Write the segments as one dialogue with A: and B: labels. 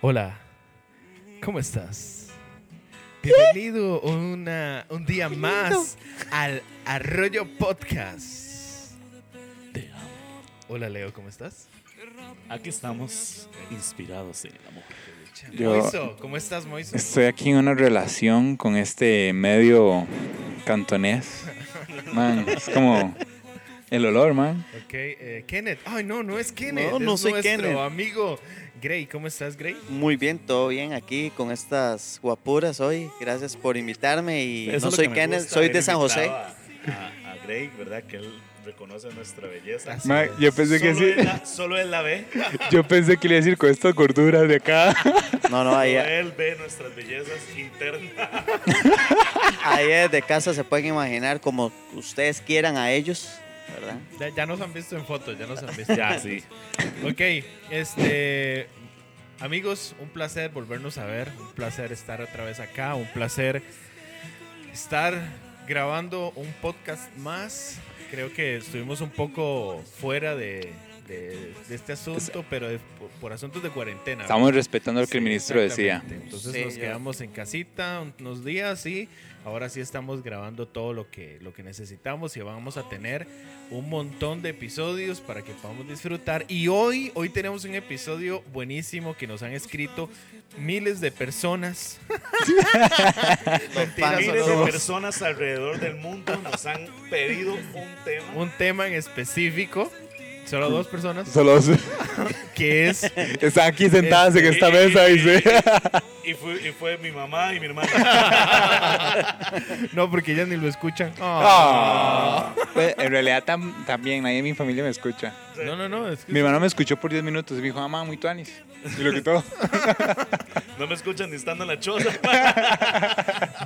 A: Hola, ¿cómo estás? Bienvenido una, un día más al Arroyo Podcast. Hola Leo, ¿cómo estás?
B: Aquí estamos inspirados en el amor.
C: Yo-
A: Moiso, ¿cómo estás Moiso?
C: Estoy aquí en una relación con este medio cantonés. Man, es como el olor, man.
A: Ok, eh, Kenneth. Ay, no, no es Kenneth.
D: No, no
A: es
D: soy
A: nuestro
D: Kenneth.
A: amigo Gray. ¿Cómo estás, Gray?
D: Muy bien, todo bien aquí con estas guapuras hoy. Gracias por invitarme y
B: Eso es
D: no
B: lo
D: soy
B: que me
D: Kenneth,
B: gusta,
D: soy
B: haber
D: de San José.
B: invitado A, a, a Greg, ¿verdad? Que él reconoce nuestra belleza.
A: Así
C: Man, yo pensé que
B: solo,
C: sí.
B: él la, solo él la ve.
C: Yo pensé que le iba a decir con estas gorduras de acá.
D: No, no, ahí,
B: Solo él ve nuestras bellezas internas.
D: ahí de casa se pueden imaginar como ustedes quieran a ellos, ¿verdad?
A: Ya, ya nos han visto en fotos, ya nos han visto.
B: Ya, sí.
A: Ok, este. Amigos, un placer volvernos a ver. Un placer estar otra vez acá. Un placer estar grabando un podcast más. Creo que estuvimos un poco fuera de, de- de este asunto, pero de- por, por asuntos de cuarentena. ¿verdad?
C: Estamos respetando lo que el
A: Sí,
C: ministro decía.
A: exactamente. Entonces
D: Sí,
A: nos
D: yo-
A: quedamos en casita un- unos días y ahora sí estamos grabando todo lo que, lo que necesitamos y vamos a tener un montón de episodios para que podamos disfrutar. Y hoy, hoy tenemos un episodio buenísimo que nos han escrito miles de personas. Mentiras,
D: Son
B: Miles
A: no.
B: de personas alrededor del mundo nos han pedido un tema.
A: Un tema en específico. Solo dos personas,
C: Solo
A: que es
C: están aquí sentadas en esta mesa, dice.
B: Y fue, y fue mi mamá y mi hermana.
A: no porque ellas ni lo escuchan.
C: Ah. Pues, en realidad tam- también nadie de mi familia me escucha.
A: No, no, no, es que
C: Mi hermano me escuchó por 10 minutos y me dijo, mamá, muy tuanis. Y lo quitó.
B: No me escuchan ni estando en la choza.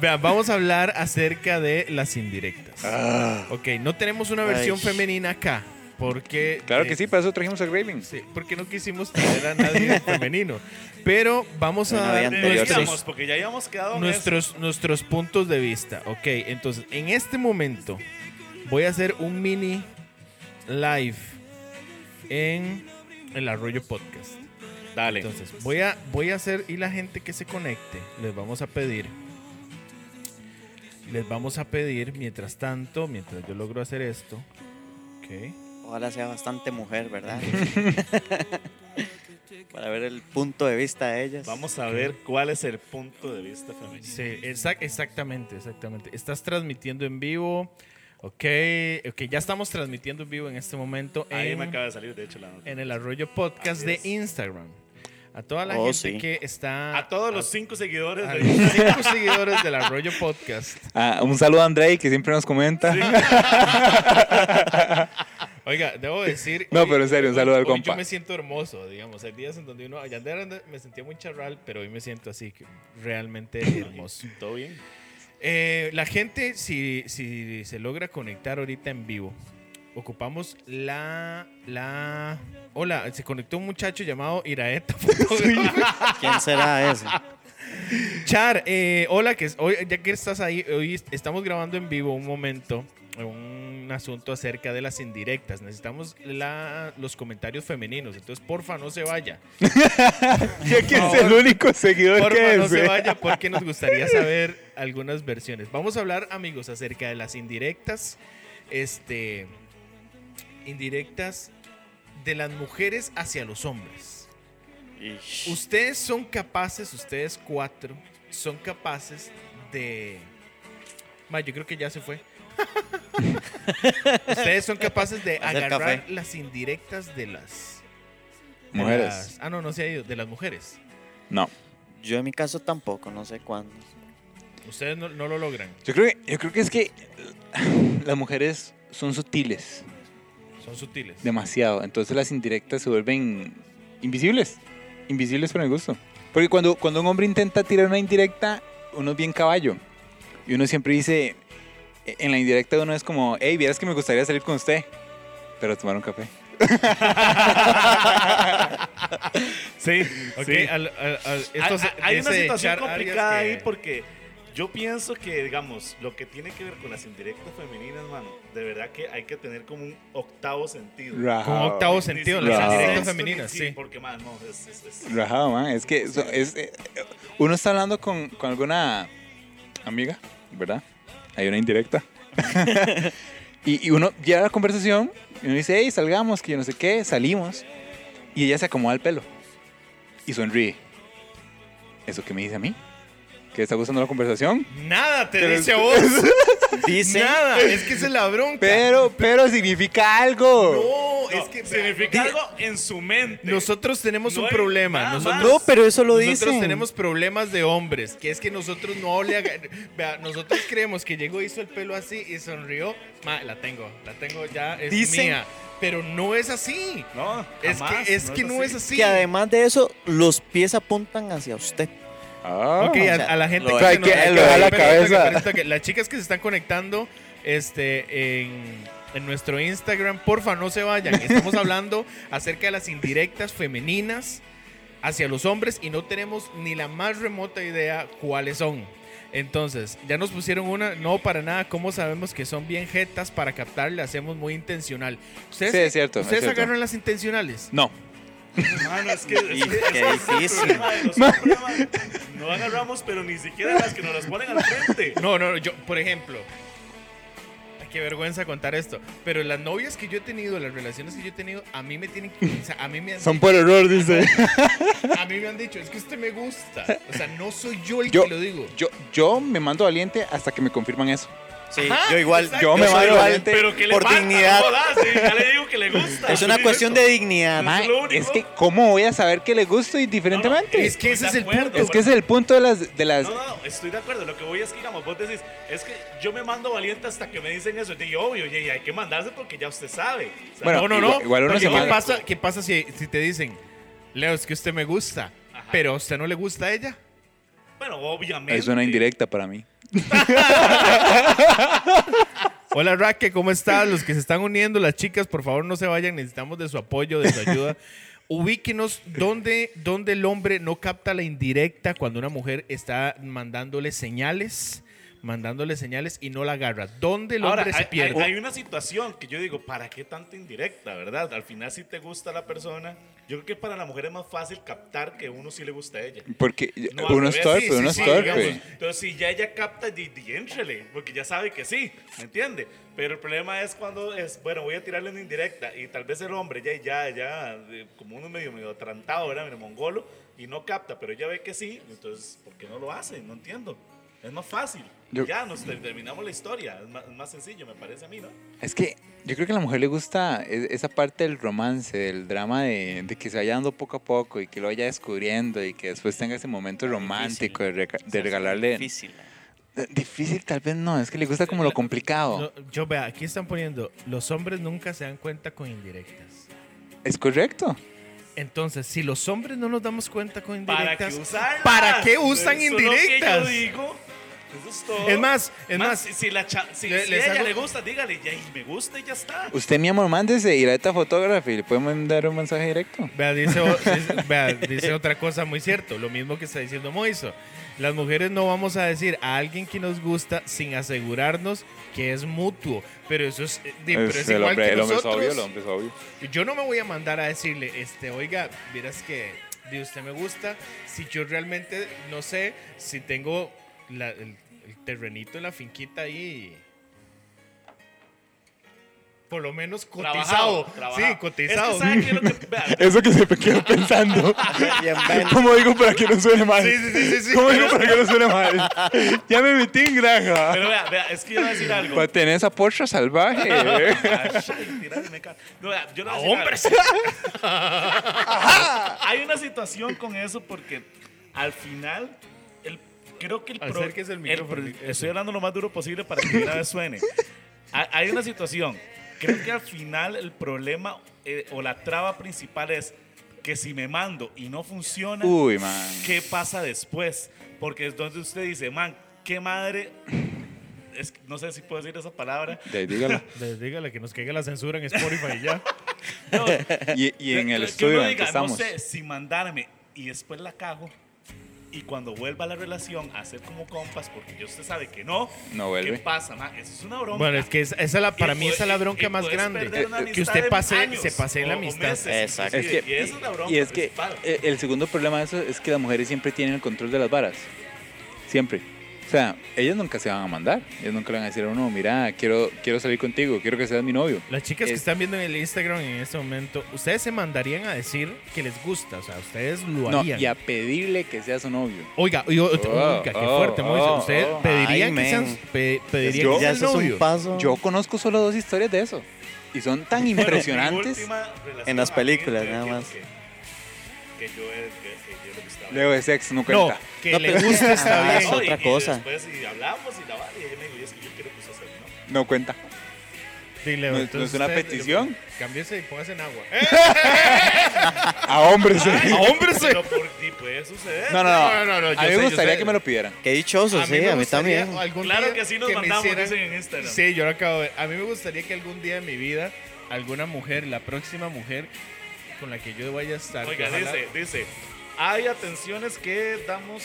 A: Vean, vamos a hablar acerca de las indirectas.
C: Ah.
A: Ok, no tenemos una versión
D: Ay.
A: femenina acá. Porque.
C: Claro
A: eh,
C: que sí, para eso trajimos a Graven.
A: sí, porque no quisimos traer a nadie femenino. Pero vamos a
D: Bueno,
A: dar
D: habían Anterior,
A: nuestras-
B: Deberíamos, porque ya habíamos quedado en
A: nuestros, nuestros puntos de vista. Ok, entonces, en este momento voy a hacer un mini live en el Arroyo Podcast.
B: eso. Dale.
A: Entonces, voy a, voy a hacer, y la gente que se conecte, les vamos a pedir, les vamos a pedir, mientras tanto, mientras yo logro hacer esto, ok,
D: Ojalá sea bastante mujer, ¿verdad? Para ver el punto de vista de ellas.
B: Vamos a ver cuál es el punto de vista femenino.
A: Sí, exac- exactamente, exactamente. Estás transmitiendo en vivo, ok, ok, ya estamos transmitiendo en vivo en este momento
B: Ahí
A: en,
B: me acaba de salir, de hecho, la nota.
A: en el Arroyo Podcast
B: Así
A: de
B: es.
A: Instagram. A toda la
D: Oh,
A: gente
D: sí.
A: que está...
B: A todos los cinco seguidores.
A: a
B: de-
A: los cinco seguidores del Arroyo Podcast.
C: Ah, un saludo a Andrei, que siempre nos comenta.
A: Oiga, debo decir.
C: No, pero en serio, un saludo al
A: hoy
C: compa.
A: Yo me siento hermoso, digamos. Hay días en donde uno. allá andar, andar, me sentía muy charral, pero hoy me siento así, que realmente hermoso.
B: Todo bien.
A: Eh, la gente, si, si se logra conectar ahorita en vivo, ocupamos la. la Hola, se conectó un muchacho llamado Iraeta.
D: ¿Quién será ese?
A: Char, eh, hola, que es- hoy, ya que estás ahí, hoy est- estamos grabando en vivo un momento, un asunto acerca de las indirectas. Necesitamos la, los comentarios femeninos, entonces porfa no se vaya.
C: Ya que es
A: favor.
C: el único seguidor que
A: Porfa
C: es.
A: no se
C: eh.
A: vaya porque nos gustaría saber algunas versiones. Vamos a hablar, amigos, acerca de las indirectas, este, indirectas de las mujeres hacia los hombres.
D: Ish.
A: Ustedes son capaces, ustedes cuatro, son capaces de. Ma, yo creo que ya se fue. ustedes son capaces de
D: Hacer
A: agarrar
D: café.
A: las indirectas de las. de
C: Mujeres.
A: las- ah, no, no se ha ido. De las mujeres.
C: No.
D: Yo en mi caso tampoco, no sé cuándo.
A: Ustedes no, no lo logran.
C: Yo creo, que, yo creo que es que las mujeres son sutiles,
A: Son sutiles.
C: demasiado. Entonces las indirectas se vuelven invisibles. Invisibles para mi gusto. Porque cuando, cuando un hombre intenta tirar una indirecta, uno es bien caballo. Y uno siempre dice, e-, en la indirecta uno es como, hey, vieras que me gustaría salir con usted. Pero tomar un café.
B: Sí,
A: Ok,
B: sí.
A: al- al- al-
B: Hay-
A: esto se-
B: hay una
A: dice
B: situación ah,
A: Char Arias
B: complicada
A: que-
B: ahí porque Yo pienso que, digamos, lo que tiene que ver con las indirectas femeninas, mano, de verdad que hay que tener como un octavo sentido.
A: Con
C: Rajado.
A: octavo sentido,
B: Ni
A: las
B: siquiera
C: Wow.
A: indirectas
B: sexto, ni-
A: femeninas, sí.
B: Porque, man, no, es- es- es-
C: Rajado, man. Es que eso- es, eh, uno está hablando con, con alguna amiga, ¿verdad? Hay una indirecta. y, y uno llega a la conversación y uno dice, hey, salgamos, que yo no sé qué, salimos. Y ella se acomoda el pelo y sonríe. ¿Eso qué me dice a mí? ¿Que está gustando la conversación?
A: Nada te
C: Pero
A: dice
C: es-
A: a vos.
D: Dice.
A: Nada. Es que esa es la bronca.
C: Pero, pero significa algo.
A: no,
B: no,
A: es que
B: significa
A: Di-
B: algo en su mente.
A: Nosotros tenemos
B: No
A: un
B: hay
A: problema.
B: nada
A: Nosotros,
B: más.
D: No, pero eso lo
A: nosotros
D: dicen.
A: tenemos problemas de hombres, que es que nosotros no le haga- vea, nosotros creemos que llegó hizo el pelo así y sonrió, ma, la tengo, la tengo ya es
D: Dicen-
A: mía, pero no es así.
B: no,
A: Es
B: jamás,
A: que es que no es así.
D: Que además de eso, los pies apuntan hacia usted.
C: Ah.
A: Ok, a,
D: sea,
A: a la gente
D: lo-
A: que
D: hay
A: se nos-
C: que- lo da
A: espera,
C: la
A: espera,
C: cabeza.
A: espera, espera, que las chicas que se están conectando este en, en nuestro Instagram, porfa, no se vayan. Estamos hablando acerca de las indirectas femeninas hacia los hombres y no tenemos ni la más remota idea cuáles son. Entonces, ya nos pusieron una, no para nada, ¿cómo sabemos que son bien jetas para captar? Le hacemos muy intencional. ¿Ustedes,
C: Sí, es cierto, es
A: ¿ustedes
C: cierto.
A: agarran las intencionales?
C: No.
B: Mano, es que, es que-
D: Y
B: es que ese
D: qué
B: es el
D: difícil.
B: problema de los programas. No agarramos, pero ni siquiera las que nos las ponen al frente.
A: No, no, no, yo, por ejemplo. ay, Qué vergüenza contar esto. Pero las novias que yo he tenido, las relaciones que yo he tenido, a mí me tienen que. o sea, a, mí me han,
C: Son por error, dice.
A: a mí me han dicho, es que usted me gusta. O sea, no soy yo el
C: Yo-
A: que lo digo.
C: Yo, yo me mando valiente hasta que me confirman eso.
D: Sí,
A: Ajá,
D: yo igual.
A: exacto.
C: Yo me
D: soy
C: mando
D: igual.
C: valiente.
B: Pero que le
D: Por
B: falta,
D: dignidad.
B: no jodas, sí, ya le digo que le gusta.
D: Es una
B: Sí,
D: cuestión de dignidad.
C: Ma,
B: es lo único.
C: es que, ¿cómo voy a saber que le gusto y diferentemente?
B: No, no,
A: Es que ese es el
B: De acuerdo,
A: punto.
C: Es que ese es el punto de las. De las
B: No, no, no, estoy de acuerdo. Lo que voy es que, digamos, vos decís, es que yo me mando valiente hasta que me dicen eso. Y yo digo, obvio, y hay que mandarse porque ya usted sabe. O sea,
C: Bueno,
A: no, no, no.
C: igual- igual uno
A: porque
C: se
A: ¿qué,
C: manda.
A: pasa, ¿Qué pasa si, si te dicen, Leo, es que usted me gusta,
B: Ajá.
A: pero a usted no le gusta a ella?
B: bueno, obviamente.
C: es una indirecta para mí.
A: Hola Raque, ¿cómo estás? Los que se están uniendo, las chicas, por favor no se vayan, necesitamos de su apoyo, de su ayuda. Ubíquenos donde, donde el hombre no capta la indirecta cuando una mujer está mandándole señales, mandándole señales y no la agarra. ¿Dónde el
B: Ahora,
A: hombre
B: hay,
A: se pierde?
B: hay- hay una situación que yo digo, ¿para qué tanta indirecta, verdad? Al final, si te gusta la persona, yo creo que para la mujer es más fácil captar que uno sí le gusta a ella.
C: Porque
B: No, al
C: uno es
B: revés.
C: torpe,
A: Sí, sí,
C: uno es
A: sí,
C: torpe.
B: digamos, entonces, si ya ella capta, di, di, éntrele, porque ya sabe que sí, ¿me entiende? Pero el problema es cuando es, bueno, voy a tirarle una indirecta y tal vez el hombre ya, ya, ya, de- como uno medio, medio atrantado, ¿verdad? Medio mongolo, y no capta, pero ella ve que sí, entonces, ¿por qué no lo hace? No entiendo. Es más fácil.
C: Yo-
B: ya, nos ter- terminamos la historia. Es más, es más sencillo, me parece a mí, ¿no?
C: Es que yo creo que a la mujer le gusta e- esa parte del romance, del drama de, de que se vaya dando poco a poco y que lo vaya descubriendo y que después tenga ese momento romántico de, rega- de regalarle. Difícil.
D: Difícil.
B: eh.
C: tal vez no, es que le gusta como lo complicado.
A: No, yo vea, aquí están poniendo, los hombres nunca se dan cuenta con indirectas.
C: Es correcto.
A: Entonces, si los hombres no nos damos cuenta con
B: ¿Para qué
A: indirectas,
B: usarlas?
A: ¿para qué usan
B: Eso es lo que
A: indirectas?
B: yo digo. Eso es todo.
A: Es más, es más,
B: si, si la cha- si,
A: le-
B: si
A: les
B: a ella
A: hago-
B: le gusta, dígale, ya, y me gusta y ya está.
C: Usted, mi amor, mándese ir a esta fotógrafa y le puede mandar un mensaje directo.
A: Vea, dice, o- dice- vea, dice otra cosa muy cierto, lo mismo que está diciendo Moiso. Las mujeres no vamos a decir a alguien que nos gusta sin asegurarnos que es mutuo, pero eso es, eh, di- pero
C: Este,
A: es igual que nosotros.
C: es obvio.
A: Yo no me voy a mandar a decirle, este, oiga, miras que de usted me gusta, si yo realmente no sé si tengo la- el, el terrenito, la finquita ahí. Por lo menos cotizado.
B: Trabajado, trabajado.
A: Sí, cotizado.
B: Es que, ¿sabe qué es lo que- vea,
C: Eso que se me quedó pensando.
D: Bien, ven.
C: ¿Cómo digo para que no suene mal?
A: Sí, sí, sí, sí, sí.
C: ¿Cómo digo para que no suene mal? Ya me metí en granja.
B: Pero vea, vea, es que yo voy a decir algo.
C: Para tener esa Porsche salvaje.
B: Ay, tirarme ca- No, vea, yo le voy a decir
A: hombres.
B: algo. Hay una situación con eso porque al final, el, creo que el pro-
A: Acérquese el micrófono,
B: pro-
A: micrófono.
B: Estoy hablando lo más duro posible para que de una vez suene. Ha- Hay una situación. Creo que al final el problema eh, o la traba principal es que si me mando y no funciona,
C: Uy, man.
B: ¿qué pasa después? Porque es donde usted dice, man, qué madre. Es que no sé si puedo decir esa palabra.
C: De ahí, dígalo.
A: Les Pues dígale que nos caiga la censura en Spotify y ya.
B: No,
C: Y, y en
B: que-
C: el
B: que
C: estudio
B: uno
C: en el que
B: diga,
C: estamos.
B: No sé si mandarme y después la cago. Y cuando vuelva la relación a ser como compas, porque ya usted sabe que no,
C: No vuelve.
B: ¿qué pasa, ma? Eso es una broma.
A: Bueno, es que esa, esa la, para
B: Y
A: mí
B: puede-
A: esa es la
B: y-
A: bronca
B: y
A: más
B: puedes
A: grande.
B: perder una
A: Que
B: amistad
A: usted
B: de
A: pase,
B: años
A: se pase en la
B: o- o
A: amistad.
B: meses,
D: Exacto.
C: Es que,
B: inclusive. y esa es pues, la bronca
C: y es que
B: principal.
C: eh, el segundo problema de eso es que las mujeres siempre tienen el control de las varas. Siempre. O sea, ellas nunca se van a mandar. Ellas nunca le van a decir a uno, mira, quiero, quiero salir contigo, quiero que seas mi novio.
A: Las chicas que
C: Es-
A: están viendo en el Instagram en este momento, ustedes se mandarían a decir que les gusta, o sea, ustedes lo
C: No,
A: harían.
C: y a pedirle que sea su novio.
A: Oiga, y- oiga,
C: Oh,
A: qué
C: oh,
A: fuerte, Moisés.
C: oh,
A: Ustedes
C: oh.
A: pedirían
D: Ay,
A: que sean,
D: men.
A: pe- pedirían
C: Yo-
A: que
D: ya
A: sean
D: eso es un
A: novios.
D: paso.
C: Yo conozco solo dos historias de eso. Y son tan
B: Bueno, mi
C: impresionantes.
B: última relación
D: En las
B: a
D: películas,
B: gente
D: nada
B: que-
D: más.
B: Que, que yo, era- que- que yo le gustaba.
C: Luego de sexo no
A: No,
C: cuenta.
A: que
D: No, pero
A: les
D: es que-
A: guste está
D: Ah,
A: bien.
D: es
B: No, y-
D: otra
B: y
D: cosa.
B: después y hablamos y la vara, y ella me dijo, "Y es que yo quiero que usted sea mi novio".
C: No, cuenta.
A: Dile,
C: no es
A: entonces
C: una
A: ustedes-
C: petición.
A: Cámbiese y póngase en agua. Eh,
C: A hombres.
A: ¡A hombres!
B: Pero por ti puede suceder.
C: No, no,
A: No, no,
C: no.
A: no, yo
C: a mí
A: sé, yo
C: me gustaría
A: sé.
C: que me lo pidieran.
D: Qué dichoso, sí,
A: me
D: a mí
A: gustaría
D: también.
A: algún
B: Claro
A: día
B: que sí nos
A: me
B: mandamos,
A: hicieran-
B: dicen en Instagram.
A: Sí, yo lo acabo de ver. A mí me gustaría que algún día de mi vida, alguna mujer, la próxima mujer con la que yo vaya a estar.
B: Oiga,
A: que ojalá-
B: dice, dice, hay atenciones que damos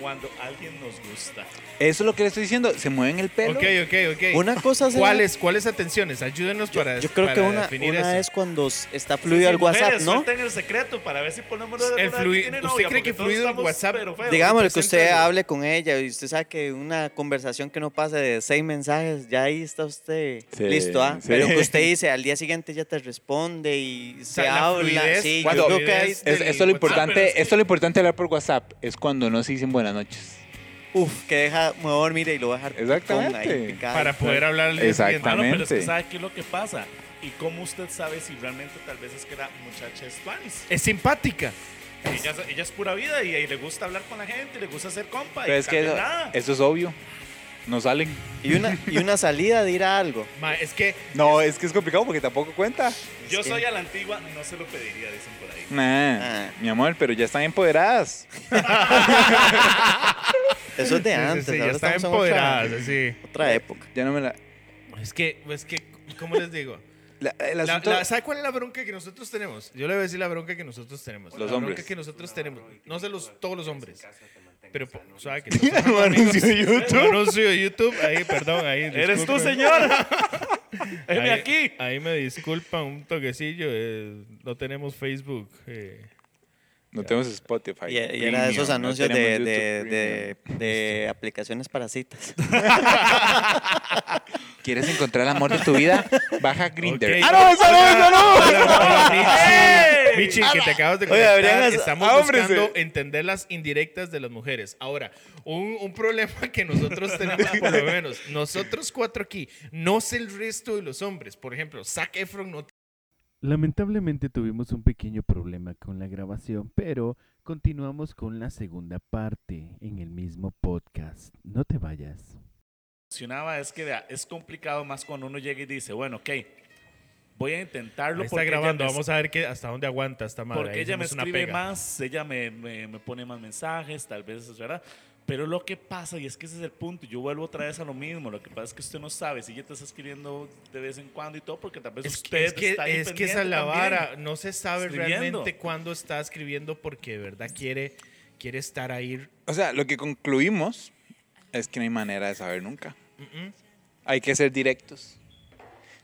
B: cuando alguien nos gusta.
C: Eso es lo que le estoy diciendo. Se mueven el pelo.
A: Ok, ok, ok.
D: Una cosa es-
A: ¿Cuáles, ¿Cuáles atenciones? Ayúdenos para
D: Yo creo
A: para
D: que una,
A: definir
D: una
A: eso.
D: es cuando s- está fluido
B: Sí,
D: el WhatsApp,
B: mujeres,
D: ¿no?
B: suelten el secreto para ver si ponemos lo de
A: El
B: alguna que
A: flui-
B: tiene
A: ¿usted
B: novia,
A: cree que
B: porque todos
A: fluido el
B: estamos
A: Whatsap?
B: pero feos.
D: Digámosle que
A: presenta
D: usted
A: algo.
D: hable con ella y usted sabe que una conversación que no pase de seis mensajes, ya ahí está usted
C: Sí,
D: listo, ¿ah?
C: sí.
D: Pero que usted dice, al día siguiente ya te responde y se
A: sea, la
D: habla.
A: fluidez,
D: sí,
C: cuando-
D: yo creo que ahí,
A: fluidez.
C: Es-
A: del
C: esto es lo
A: WhatsApp,
C: importante,
B: pero es que-
C: esto es lo importante de hablar por WhatsApp es cuando no se dicen buenas noches.
D: uf, que deja, me voy a dormir y lo voy a dejar picón
C: Exactamente.
D: ahí picado.
A: Para poder hablar al día
C: Exacto.
A: siguiente.
B: Ah, no, pero es que
C: Exactamente.
B: sabe qué es lo que pasa. ¿Y cómo usted sabe si realmente tal vez es que la muchacha es tuanis?
A: Es simpática.
B: Ella, es- ella es pura vida y, y le gusta hablar con la gente, le gusta hacer compa.
C: Pero
B: y
C: es que
B: tal vez
C: eso,
B: nada.
C: eso es obvio. No salen.
D: Y una, y una salida de ir a algo.
A: Ma, es que
C: No, es que es complicado porque tampoco cuenta.
B: Yo
D: es que-
B: soy a la antigua, no se lo pediría, dicen por ahí.
C: Nah,
D: Ah.
C: mi amor, pero ya están empoderadas.
D: Eso es de
A: sí, sí,
D: antes,
A: sí, pues, este, ya
D: ahora
A: están
D: estamos en otra-
A: empoderadas. sí.
D: Otra, época.
C: Ya no me la.
A: Es que, es que, ¿cómo les digo?
C: la- el
A: La-
C: asunto-
A: la- ¿Sabe cuál es la bronca que nosotros tenemos? Yo le voy a decir la bronca que nosotros tenemos.
C: Los
A: la bronca
C: hombres.
A: que nosotros tenemos. No sé los, todos los hombres. Pero, po- ¿sabe que nosotros-
C: Un anuncio de YouTube.
A: Un anuncio de YouTube. Ahí, perdón, ahí.
B: ¡Eres tú,
A: disculpen.
B: señor!
A: Ahí-
B: ¡Heme aquí!
A: Ahí me disculpan un toquecillo. eh, no tenemos Facebook. eh.
C: No tenemos Spotify.
D: Y, y era de
C: Premium,
D: esos
C: no
D: anuncios de,
C: tenemos
D: de,
C: YouTube
D: de- de aplicaciones para citas.
C: Premium. ¿Quieres encontrar el amor de tu vida? Baja Grinder.
A: Ok.
C: ¡Ah, no! ¡Esa no! ¡Esa no!
A: Hola, hola,
B: ¡Ey!
A: Michi, Michi, que te acabas de
D: Oye,
A: conectar.
D: Adrián, es-
A: Estamos
C: ah, hombre,
A: buscando
C: se-
A: entender las indirectas de las mujeres. Ahora, un, un problema que nosotros tenemos, por lo menos, nosotros cuatro aquí, no sé el resto de los hombres. Por ejemplo, Zac Efron no
E: Lamentablemente tuvimos un pequeño problema con la grabación, pero continuamos con la segunda parte en el mismo podcast. No te vayas.
B: mencionaba es que vea, es complicado más cuando uno llega y dice, bueno, ok, voy a intentarlo
A: Ahí está
B: porque
A: grabando,
B: ella me,
A: vamos a ver que, hasta dónde aguanta esta madre.
B: porque
A: Ahí
B: ella me
A: hicimos una
B: escribe
A: pega.
B: más, ella me, me- me pone más mensajes, tal vez es verdad. Pero lo que pasa, y es que ese es el punto, yo vuelvo otra vez a lo mismo, lo que pasa es que usted no sabe si ella te está escribiendo de vez en cuando y todo, porque tal vez
A: Es que,
B: usted
A: es que,
B: está ahí
A: es que esa es
B: pendiente
A: la
B: también.
A: vara. No se sabe
B: Escribiendo.
A: realmente cuándo está escribiendo porque de verdad quiere, quiere estar ahí.
C: O sea, lo que concluimos es que no hay manera de saber nunca.
A: Mm-mm.
C: Hay que ser directos.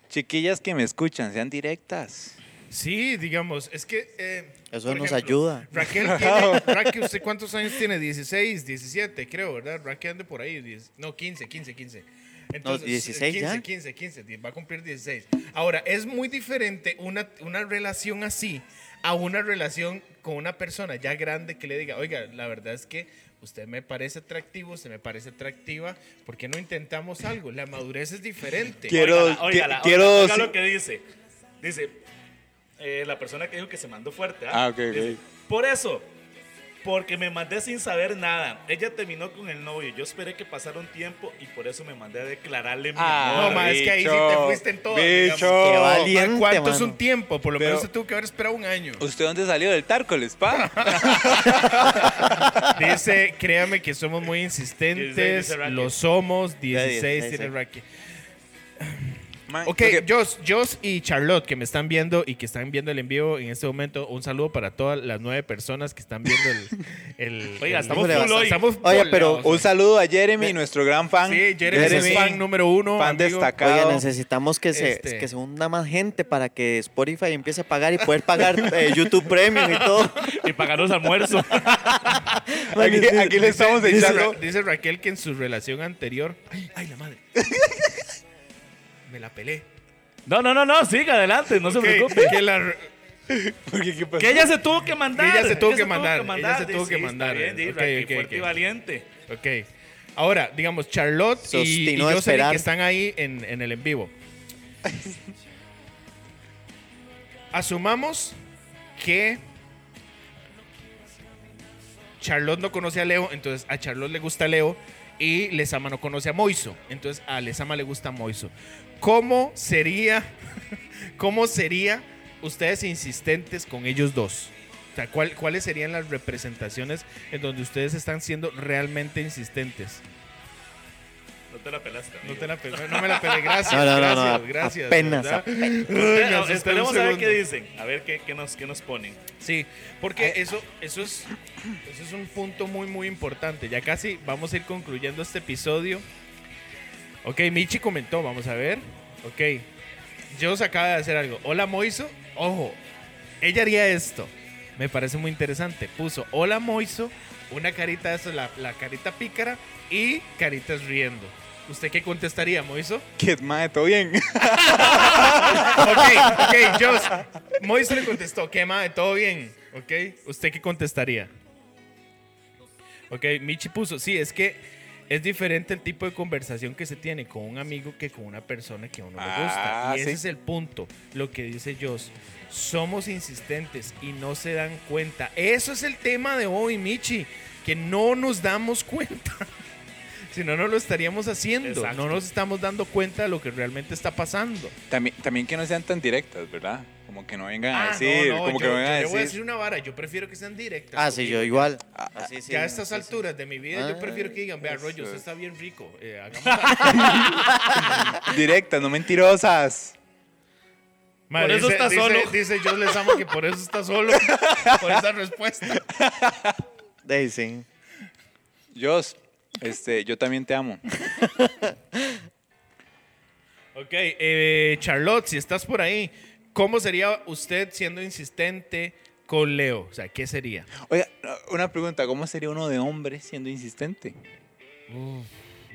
C: Chiquillas que me escuchan, sean directas.
A: Sí, digamos, es que... eh,
D: Eso
A: por
D: nos
A: ejemplo,
D: ayuda.
A: Raquel tiene... Raquel, ¿usted cuántos años tiene? 16, 17, creo, ¿verdad? Raquel anda por ahí. 10, no, 15, 15, 15. Entonces,
D: 16
A: 15,
D: ya.
A: 15, 15, 10, va a cumplir 16. Ahora, es muy diferente una, una relación así a una relación con una persona ya grande que le diga, oiga, la verdad es que usted me parece atractivo, usted me parece atractiva, ¿por qué no intentamos algo? La madurez es diferente.
C: ¿Qué? Quiero-
B: Óigala, óigala,
C: qui- quiero-
B: oiga lo que dice. Dice, eh, la persona que dijo que se mandó fuerte.
C: Ah, ok, ok.
B: Dice, Por eso, porque me mandé sin saber nada. Ella terminó con el novio. Yo esperé que pasara un tiempo y por eso me mandé a declararle mi
C: Ah,
A: No,
B: amor.
A: ma, es que ahí sí te
C: bicho,
A: fuiste en todo.
C: bicho.
D: Qué
A: Ma,
D: valiente,
A: ¿Cuánto es
D: mano.
A: un tiempo? Por lo
C: Pero-
A: menos se tuvo que haber esperado un año.
C: ¿Usted dónde salió del Tárcoles, pa?
A: Dice, créame que somos muy insistentes,
B: Dice- dice Raquel.
A: lo somos, 16
D: dice,
A: tiene
D: sí.
A: Raquel.
C: Mae,
A: Ok, Jos, Jos y Charlotte que me están viendo y que están viendo el envío en este momento, un saludo para todas las nueve personas que están viendo el. el-
B: Oiga,
A: el-
B: estamos
D: Híjole,
B: full hoy.
A: estamos
D: Oye,
A: full,
D: pero
A: o sea,
C: Un saludo a Jeremy, nuestro gran fan.
A: Sí, Jeremy es fan número uno,
C: Fan
A: amigo.
C: destacado.
D: Oye, necesitamos que se,
A: Este.
D: que se hunda más gente para que Spotify empiece a pagar y poder pagar eh, YouTube Premium y todo.
B: Y pagar los almuerzos.
C: Aquí, aquí le estamos
A: Dice,
C: echando.
A: Ra- dice Raquel que en su relación anterior. Ay, ay, la madre. me la pelé.
B: No, no, no, no, siga adelante, no se
A: Que,
B: preocupe.
A: que la-
C: Porque, ¿qué pasó?
B: Que ella se tuvo que mandar.
A: Que ella se tuvo que mandar, ella se
B: Sí,
A: tuvo
B: sí,
A: que
B: está
A: mandar. eh,
B: bien, sí,
A: Ok,
B: Raquel,
A: ok,
B: fuerte y
A: ok.
B: valiente.
A: ok. Ahora, digamos, Charlotte y, y
D: Sostino
A: Jocelyn
D: esperar.
A: que están ahí en, en el en vivo. Asumamos que Charlotte no conoce a Leo, entonces a Charlotte le gusta Leo y Lesama no conoce a Moiso, entonces a Lesama le gusta Moiso. ¿Cómo sería, cómo sería ustedes insistentes con ellos dos? O sea, ¿cuál- ¿cuáles serían las representaciones en donde ustedes están siendo realmente insistentes?
B: No te la pelaste.
A: No
B: amigo.
A: te la pelé, no me la pelé, gracias,
D: No, no, no, no,
A: gracias,
D: a-
A: gracias.
D: apenas,
A: ¿verdad? Ay, me
B: Espera,
A: asusté un
B: Esperemos a ver
A: segundo.
B: qué dicen, a ver qué, qué nos, qué nos ponen.
A: Sí, porque eso, eso, es, eso es un punto muy, muy importante. Ya casi vamos a ir concluyendo este episodio. Ok, Michi comentó, vamos a ver. Ok, yo os acaba de hacer algo. Hola, Moiso. Ojo, ella haría esto. Me parece muy interesante. Puso, hola, Moiso. Una carita, eso, la, la carita pícara y caritas riendo. ¿Usted qué contestaría, Moiso?
C: Que, mae, todo bien.
A: Ok, ok, Jos. Mois le contestó, ¿qué madre? ¿Todo bien? Ok, ¿usted qué contestaría? Ok, Michi puso, sí, es que es diferente el tipo de conversación que se tiene con un amigo que con una persona que a uno le gusta.
C: Ah,
A: Y ese
C: sí.
A: es el punto, lo que dice Jos. Somos insistentes y no se dan cuenta. Eso es el tema de hoy, Michi, que no nos damos cuenta. Si no, no lo estaríamos haciendo.
B: Exacto.
A: No nos estamos dando cuenta de lo que realmente está pasando.
C: También, también que no sean tan directas, ¿verdad? Como que no vengan a
A: Ah,
C: decir,
A: no, no,
C: como
A: yo,
C: que no vengan
A: yo
C: a
A: le voy a decir
C: decir.
A: una vara, yo prefiero que sean directas.
D: Ah, sí,
A: porque
D: yo igual.
C: Ah, ah,
D: Así, sí,
A: ya a estas
D: sí, sí.
A: alturas de mi vida, yo
D: Ah,
A: prefiero que digan, vea,
C: eso
A: rollo, usted
C: es.
A: está bien rico. eh, hagamos-
C: Directas, no mentirosas.
A: Madre,
B: eso está
A: dice,
B: solo.
A: Dice, yo les amo que por eso está solo, por esa respuesta.
D: Dey, sí.
C: Jos, este, yo también te amo.
A: Ok, eh, Charlotte, si estás por ahí, ¿cómo sería usted siendo insistente con Leo? O sea, ¿qué sería?
C: Oiga, una pregunta, ¿cómo sería uno de hombre siendo insistente?
A: Uf,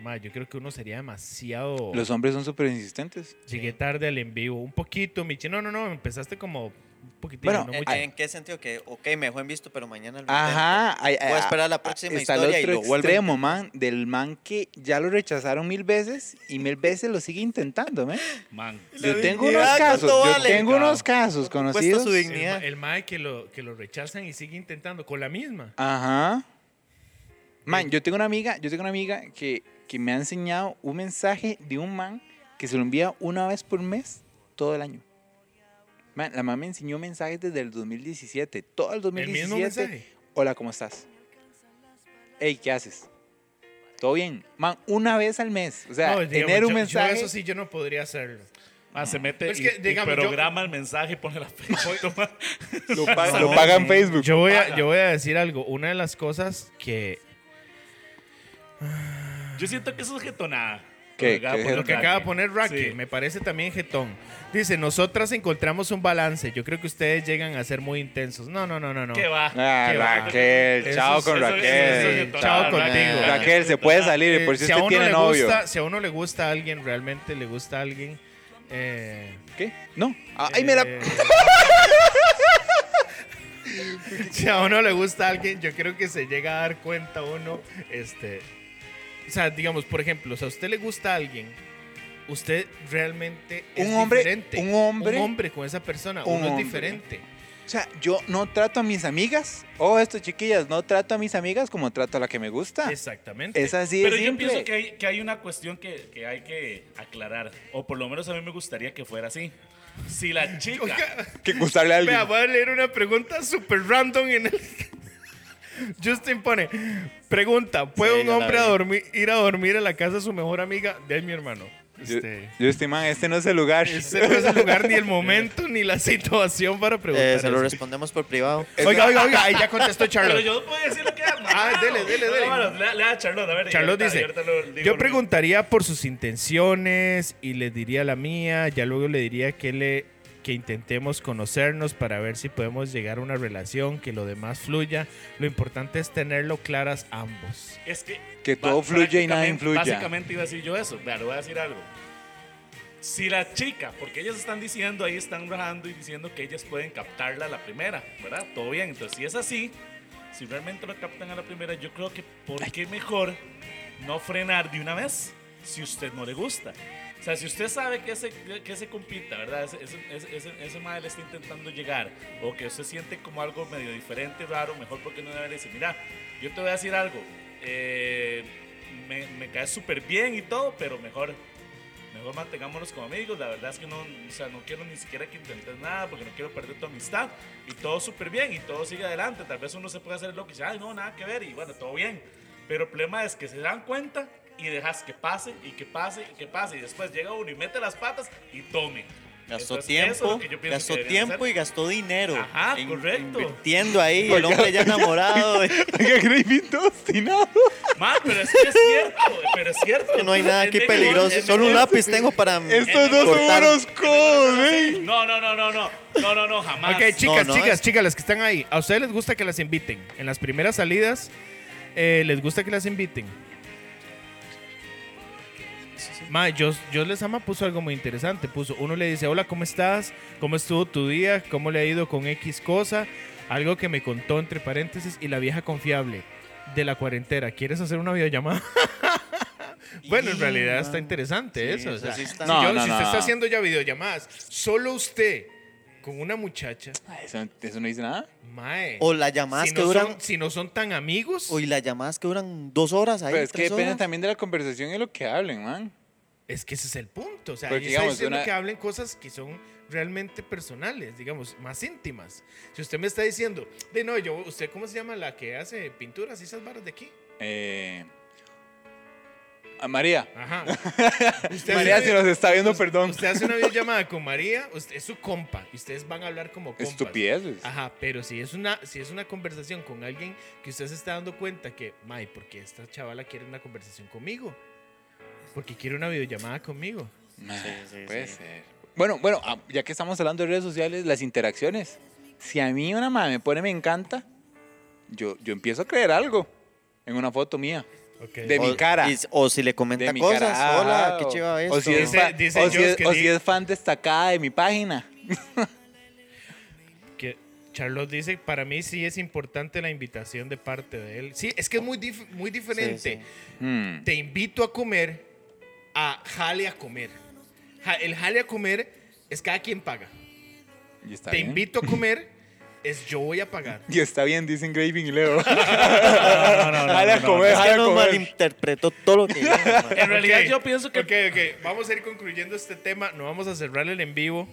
A: ma, yo creo que uno sería demasiado...
C: Los hombres son súper insistentes.
A: Llegué tarde al en vivo, un poquito, Michi. No, no, no, empezaste como un poquitito.
C: Bueno,
A: no
C: eh,
A: mucho.
D: Ah, ¿En qué sentido? Que, ok, me dejó en visto, pero mañana lo
C: Ajá. ay, ay,
D: Voy a esperar la
C: ah,
D: próxima
C: Está
D: historia y
C: el otro
D: lo vuelvo a
C: extremo, man, del man que ya lo rechazaron mil veces y mil veces lo sigue intentando, ¿me?
B: Man.
C: Yo tengo
D: dignidad,
C: unos casos,
D: ¿cuánto
C: yo
D: vale?
C: tengo
B: Claro.
C: unos casos
D: intento. Cuesta
C: conocidos.
D: su
A: El, ma-
D: dignidad.
A: el mae que lo, que lo rechazan y sigue intentando con la misma.
C: Ajá. Man, yo tengo una amiga, yo tengo una amiga que, que me ha enseñado un mensaje de un man que se lo envía una vez por mes todo el año. Man, la mamá me enseñó mensajes desde el 2017, todo el
A: El
C: 2017.
A: mismo mensaje.
C: Hola, ¿cómo estás? Hey, ¿qué haces? ¿Todo bien? Man, una vez al mes. O sea,
A: No, pues, digamos,
C: tener un
A: yo- yo
C: mensaje.
A: eso sí, yo no podría hacerlo.
B: Ah, se mete
A: Es
B: y-
A: que,
B: y
A: digamos, yo-
B: programa el mensaje y pone la fecha.
C: lo,
A: No,
C: paga, lo paga en Facebook.
A: Yo voy, a, yo voy a decir algo. Una de las cosas que.
B: Yo siento que eso es jetonada.
C: ¿Qué?
B: Lo que acaba
C: ¿Qué
B: de poner
A: Lo que acaba de poner Racky
B: Sí.
A: me parece también jetón. Dice: Nosotras encontramos un balance. Yo creo que ustedes llegan a ser muy intensos. No, no, no, no. no.
B: ¿Qué va?
C: Ah,
A: Qué va.
C: Raquel,
A: Eso
C: chao
A: es-
C: con
B: eso- eso-
C: Raquel.
B: eso es jetonada,
C: chao
A: Chao contigo.
C: con Raquel, se puede salir,
A: Eh,
C: por si
A: a
C: usted
A: uno
C: tiene
A: le
C: novio.
A: Gusta, si a uno le gusta a alguien, realmente le gusta a alguien. Eh,
C: ¿Qué? No. Ah, Ay, me la.
A: eh,
D: Eh.
A: si a uno le gusta a alguien, yo creo que se llega a dar cuenta uno. Este, o sea, digamos, por ejemplo, si a usted le gusta a alguien, usted realmente es
C: Un hombre-
A: diferente.
C: un hombre-
A: Un hombre con esa persona,
C: un
A: uno
C: hombre.
A: es diferente.
C: O sea, yo no trato a mis amigas. Oh, esto, chiquillas, no trato a mis amigas como trato a la que me gusta. Es,
A: Exactamente.
C: así
B: Pero
C: de
B: yo
C: simple.
B: pienso que hay, que hay una cuestión que, que hay que aclarar. O por lo menos a mí me gustaría que fuera así. Si la chica.
C: Que gustarle a alguien.
A: Vea, voy a leer una pregunta súper random en el... Justin pone, pregunta, ¿puede
D: Sí,
A: un
D: yo la
A: hombre a
D: vi.
A: dormir, ir a dormir a la casa de su mejor amiga? De mi hermano. Este,
C: Yo este man, este no es el lugar.
A: ese no es el lugar, ni el momento, ni la situación para preguntar.
D: Eh, se lo
A: eso.
D: respondemos por privado.
A: Oiga, oiga, oiga, ahí ya contestó
B: Pero
A: Charlotte.
B: yo no puedo decir lo que hago.
A: Ah, dele, dele, dele.
B: No, bueno, lea, lea a Charlotte, a ver. y
A: Charlotte
B: ahorita-
A: dice,
B: y ahorita lo digo
A: Yo
B: lo
A: preguntaría por sus intenciones y les diría la mía, ya luego le diría que le que intentemos conocernos para ver si podemos llegar a una relación, que lo demás fluya. Lo importante es tenerlo claras ambos.
B: mismo. Es que,
C: Que
B: ba-
C: todo fluya y nada
B: prácticamente-
C: influya.
B: Básicamente iba a decir yo eso. Vea, le voy a decir algo. Si la chica, porque ellos están diciendo, ahí están rajando y diciendo que ellas pueden captarla a la primera, ¿verdad? Todo bien. Entonces, si es así, si realmente lo captan a la primera, yo creo que ¿por qué mejor no frenar de una vez si usted no le gusta? O sea, si usted sabe que ese, que ese compita, ¿verdad? Ese, ese, ese, ese- ese mae le está intentando llegar o que usted siente como algo medio diferente, raro, mejor porque no le dice, mira, yo te voy a decir algo, eh, me, me caes súper bien y todo, pero mejor mejor mantengámonos como amigos. La verdad es que no, o sea, no quiero ni siquiera que intentes nada porque no quiero perder tu amistad. Y todo súper bien y todo sigue adelante. Tal vez uno se puede hacer lo que dice, ay, no, nada que ver y bueno, todo bien. Pero el problema es que se dan cuenta y dejas que pase y que pase y que pase. Y después llega uno y mete las patas y tome. Entonces,
D: Gastó
B: eso es
D: tiempo,
B: lo que yo pienso
D: gastó
B: que deberían
D: tiempo
B: hacer.
D: y gastó dinero.
B: Ajá,
D: In-
B: correcto.
D: Invirtiendo ahí, el hombre ya enamorado. eh, y-
C: Oiga, Gravy todo este obstinado.
B: Ma, pero es que es cierto, pero es cierto.
D: que no hay nada
B: Es
D: aquí
B: mejor-
D: peligroso.
B: es
D: Solo un
B: mejor-
D: lápiz tengo para.
C: Estos dos son
D: cortar.
C: unos codos, ¿eh?
B: No, no, no, no, no, no, no, no, jamás.
A: Ok, chicas,
D: no,
A: chicas,
D: es-
A: chicas, las que están ahí, ¿a ustedes les gusta que las inviten? En las primeras salidas, eh, ¿les gusta que las inviten? Ma, yo, yo les ama puso algo muy interesante. Puso, uno le dice, hola, ¿cómo estás? ¿Cómo estuvo tu día? ¿Cómo le ha ido con X cosa? Algo que me contó entre paréntesis y la vieja confiable de la cuarentena. ¿Quieres hacer una videollamada? bueno, en realidad está interesante
D: Sí,
A: eso. o
D: eso
A: sea,
D: sí está-
A: si
C: No,
A: yo-
C: no,
A: si
C: no,
A: usted está
C: no.
A: haciendo ya videollamadas, solo usted con una muchacha,
C: Ay, Ah, Eso, eso no dice nada.
A: mae.
D: O las llamadas
A: si
D: que
A: no
D: duran.
A: son, si no son tan amigos,
D: O y las llamadas que duran dos horas ahí.
C: Pero es que
D: tres
C: depende
D: horas.
C: también de la conversación y lo que hablen, man.
A: es que ese es el punto. O sea,
C: Porque,
A: ella está
C: digamos,
A: diciendo
C: una-
A: que hablen cosas que son realmente personales, digamos, más íntimas. Si usted me está diciendo, de no, yo, ¿usted cómo se llama la que hace pinturas y esas barras de aquí?
C: Eh, a María.
A: Ajá. Usted
C: María,
A: hace-
C: si nos está viendo, perdón.
A: Usted hace una videollamada con María, usted- es su compa, y ustedes van a hablar como compas.
C: Estupideces.
A: Ajá, pero si es una si es una conversación con alguien que usted se está dando cuenta que, "May, ¿por qué esta chavala quiere una conversación conmigo? Porque quiere una videollamada conmigo."
C: Ma,
D: Sí, sí,
C: puede
D: sí.
C: ser. Bueno, bueno, ah, ya que estamos hablando de redes sociales, las interacciones. Si a mí una madre me pone me encanta, yo, yo empiezo a creer algo en una foto mía.
A: Ok.
C: De mi
D: O-
C: cara.
D: y- o si le comenta
C: De mi
D: cosas.
C: cara.
D: Hola, qué
C: o-
D: chiva esto.
C: O si es,
A: Dice-
C: fa-
A: dice
C: o si
A: Joss
C: es-
A: que
C: o
A: di-
C: si es fan destacada de mi página.
A: Que Charlotte dice, para mí sí es importante la invitación de parte de él. Sí, es que es muy, dif- muy diferente.
D: Sí,
C: Hmm.
A: Te invito a comer a jale a comer. Ja- el jale a comer es cada quien paga.
C: Y está
A: Te
C: bien.
A: invito a comer es yo voy a pagar.
C: Y está bien, dicen Graving y Leo. Jale
B: no,
C: a
B: no,
C: comer,
D: Es
C: jale
D: que
C: a
D: no
C: comer.
D: malinterpretó todo lo que dijo, man.
B: En realidad
A: Ok,
B: yo pienso que
A: Ok, ok. Vamos a ir concluyendo este tema. No vamos a cerrar el en vivo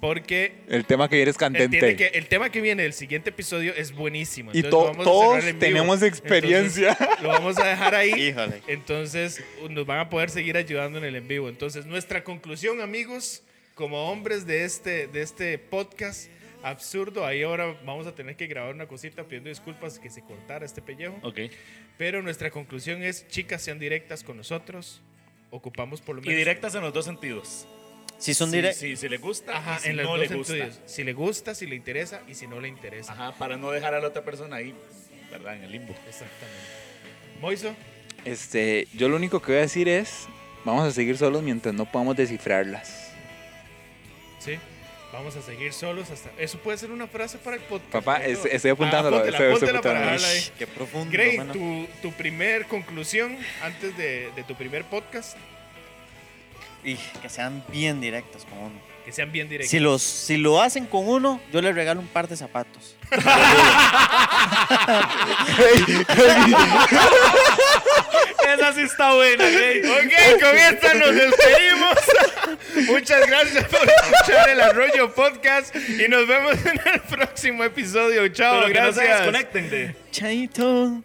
A: porque
C: El tema que viene es
A: entiende
C: candente.
A: que el tema que viene del siguiente episodio es buenísimo.
C: Y
A: Entonces,
C: to-
A: lo vamos a
C: todos
A: cerrar en vivo.
C: tenemos experiencia.
A: Entonces, lo vamos a dejar ahí.
D: Híjole.
A: Entonces nos van a poder seguir ayudando en el en vivo. Entonces nuestra conclusión, amigos, como hombres de este, de este podcast absurdo, ahí ahora vamos a tener que grabar una cosita pidiendo disculpas que se cortara este pellejo.
B: Ok.
A: Pero nuestra conclusión es, chicas, sean directas con nosotros. Ocupamos por lo
B: Y
A: menos...
B: directas en los dos sentidos.
D: Si son
B: Sí,
D: directos.
B: sí, si le gusta
A: Ajá,
B: y si
A: en los
B: no
A: dos
B: le gusta.
A: sentidos. Si le gusta, si le interesa y si no le interesa.
B: Ajá, para no dejar a la otra persona ahí, ¿verdad? En el limbo.
A: Exactamente. Moiso,
C: Este, yo lo único que voy a decir es, vamos a seguir solos mientras no podamos descifrarlas.
A: sí. Vamos a seguir solos hasta... Eso puede ser una frase para el podcast.
C: Papá,
A: Moiso.
C: es- estoy
A: Ah,
C: apuntándolo,
A: apúntela,
C: estoy- estoy
A: apúntela para
C: apuntándolo.
A: dejarla ahí.
D: Qué profundo.
A: Gray,
D: mano.
A: tu, tu primer conclusión antes de, de tu primer podcast,
D: Y que sean bien directos con uno.
A: que sean bien directos.
D: Si, los, si lo hacen con uno, yo les regalo un par de zapatos.
B: Esa sí está buena,
A: Ok, con esta nos despedimos. Muchas gracias por escuchar el Arroyo Podcast y nos vemos en el próximo episodio. Chao,
B: Pero que no se
A: gracias.
B: desconecten de.
D: Chaito.